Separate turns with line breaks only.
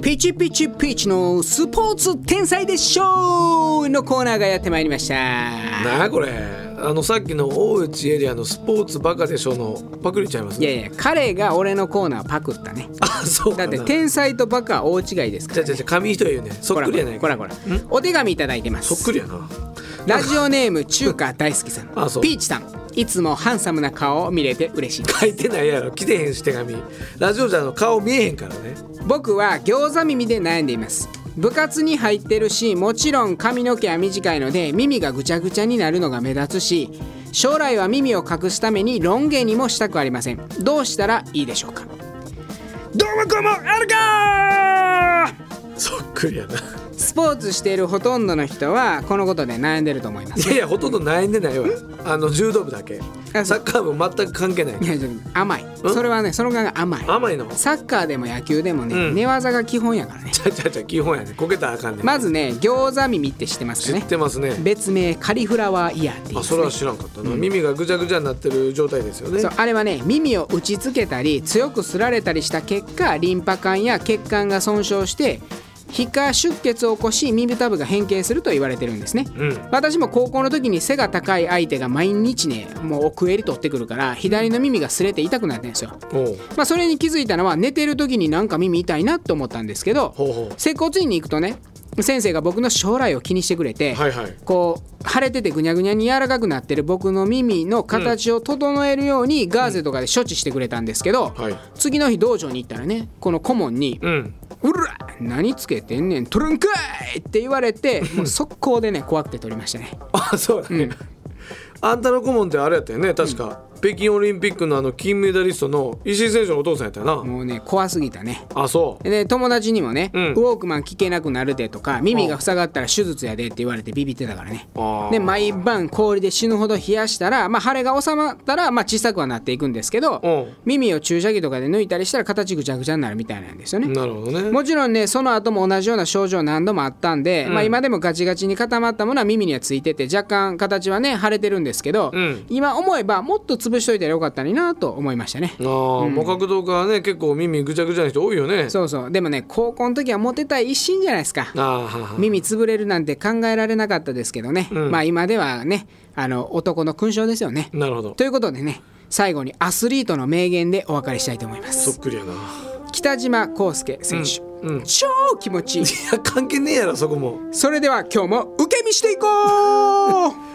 ピチピチピチのスポーツ天才でしょうのコーナーがやってまいりました
なあこれあのさっきの大内エリアのスポーツバカでしょのパクリちゃいます
いやいや彼が俺のコーナーパクったね
あそう
だ
か
っ
な
て天才とバカは大違いですか
じゃ
ら、
じゃ
ね、
じゃ紙一重よねそっくりやない
こ
から
こらこらお手紙いただいてます
そっくりやな
ラジオネーム中華大好きさん
あそう
ピーチさんいつもハンサムな顔を見れて 嬉しい
書いてないやろ来てへんし手紙ラジオじゃあの顔見えへんからね
僕は餃子耳で悩んでいます部活に入ってるしもちろん髪の毛は短いので耳がぐちゃぐちゃになるのが目立つし将来は耳を隠すためにロン毛にもしたくありませんどうしたらいいでしょうかどうもこうもあるか
そっくりやない
スポーツしているほとんどの人はこのことで悩んでると思います
やいやほとんど悩んでないわあの柔道部だけ
あ
サ
そう
ッカー部全く関係ない
いやちょっと甘いそれはねその考えが甘い
甘いのち
サッカーでも野球でもね、
うん
寝技が基本やからね
ゃちゃちゃ基本やねこけたらあかんねん
まずね餃子耳って知ってます
知
か
っ
ね
てますね
別名カリフラワーイヤーって言いま
あ
す、
そ
ね、
れは知らんかったな、耳がぐちゃぐちゃになってる状態ですよね
そうあれはね耳を打ちつけたり強くすられたりした結果リンパ管や血管が損傷して皮下出血を起こし耳たぶが変形すると言われてるんですね、
うん
私も高校の時に背が高い相手が毎日ねもう奥襟取ってくるから左の耳が擦れて痛くなってんですよ
おう
まあ、それに気づいたのは寝てる時になんか耳痛いなと思ったんですけど
ほうほう
整骨院に行くとね先生が僕の将来を気にしてくれて、
はいはい
こう腫れててぐにゃぐにゃに柔らかくなってる僕の耳の形を整えるようにガーゼとかで処置してくれたんですけど、
はい
次の日道場に行ったらねこの顧問に
うん
「うら何つけてんねん取るんかい!」って言われてもう速攻でね怖くて取りましたね。
あそうだね、あんたの顧問ってあれやったよね確か、北京オリンピックのあの金メダリストの石井選手のお父さんやったよな、
もうね怖すぎたね。
あそう
で友達にもね、
ん
ウォークマン聞けなくなるでとか耳が塞がったら手術やでって言われてビビってたからね
あー
で毎晩氷で死ぬほど冷やしたら、まあ、腫れが収まったら、まあ、小さくはなっていくんですけど、
うん
耳を注射器とかで抜いたりしたら形ぐちゃぐちゃになるみたいなんですよね、
なるほどね
もちろんねその後も同じような症状何度もあったんで、まあ、今でもガチガチに固まったものは耳にはついてて若干形はね腫れてるんですけど、
ん
今思えばもっと潰しといたらよかったのになと思いましたね
あー、う角堂からね結構耳ぐちゃぐちゃな人多いよね
そうそうでもね高校の時はモテたい一心じゃないですか
ああはは
耳潰れるなんて考えられなかったですけどね、まあ今ではねあの男の勲章ですよね。
なるほど
ということでね最後にアスリートの名言でお別れしたいと思いま
そっ
す
くりやな
北島康介選手、
うんうん
超気持ちいい
いや関係ねえやろそこも
それでは今日も受け身していこう